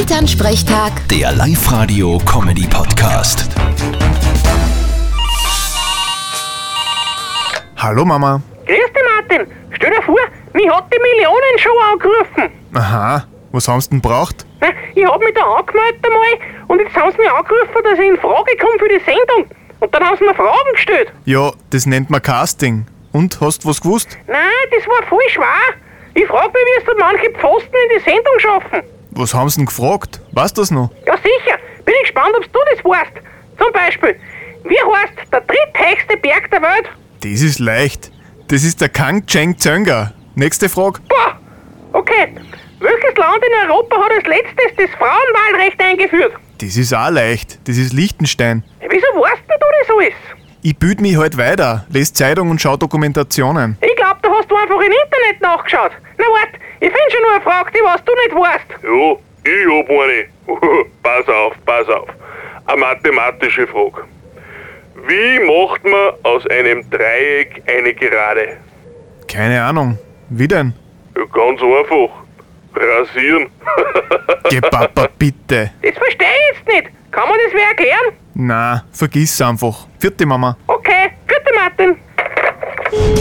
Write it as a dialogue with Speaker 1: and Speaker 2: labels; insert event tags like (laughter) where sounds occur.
Speaker 1: Elternsprechtag,
Speaker 2: Der Live-Radio-Comedy-Podcast.
Speaker 3: Hallo Mama.
Speaker 4: Grüß dich, Martin. Stell dir vor, mich hat die Millionenshow angerufen.
Speaker 3: Aha, was haben Sie denn braucht?
Speaker 4: Na, Ich hab mich da angemeldet einmal und jetzt haben sie mich angerufen, dass ich in Frage komme für die Sendung. Und dann haben sie mir Fragen gestellt.
Speaker 3: Ja, das nennt man Casting. Und, hast du was gewusst?
Speaker 4: Nein, das war voll schwer. Ich frage mich, wie es dann manche Pfosten in die Sendung schaffen.
Speaker 3: Was haben Sie denn gefragt? Weißt du das noch?
Speaker 4: Ja, sicher. Bin ich gespannt, ob du das weißt. Zum Beispiel, wie heißt der dritthöchste Berg der Welt?
Speaker 3: Das ist leicht. Das ist der Kang Cheng Zönga. Nächste Frage.
Speaker 4: Boah! Okay. Welches Land in Europa hat als letztes das Frauenwahlrecht eingeführt?
Speaker 3: Das ist auch leicht. Das ist Liechtenstein.
Speaker 4: Wieso weißt denn du das alles?
Speaker 3: Ich büt mich halt weiter, lese Zeitung und schau Dokumentationen.
Speaker 4: Ich glaub, da hast du einfach im Internet nachgeschaut. Na wart, ich find schon nur eine Frage, die was du nicht weißt.
Speaker 5: Ja, ich hab eine. (laughs) pass auf, pass auf. Eine mathematische Frage. Wie macht man aus einem Dreieck eine Gerade?
Speaker 3: Keine Ahnung. Wie denn?
Speaker 5: Ja, ganz einfach. Rasieren.
Speaker 3: Geh, Papa, bitte.
Speaker 4: Das verstehe ich jetzt nicht. Kann man das wer erklären?
Speaker 3: Na, vergiss einfach. Vierte Mama.
Speaker 4: Okay, gute Martin.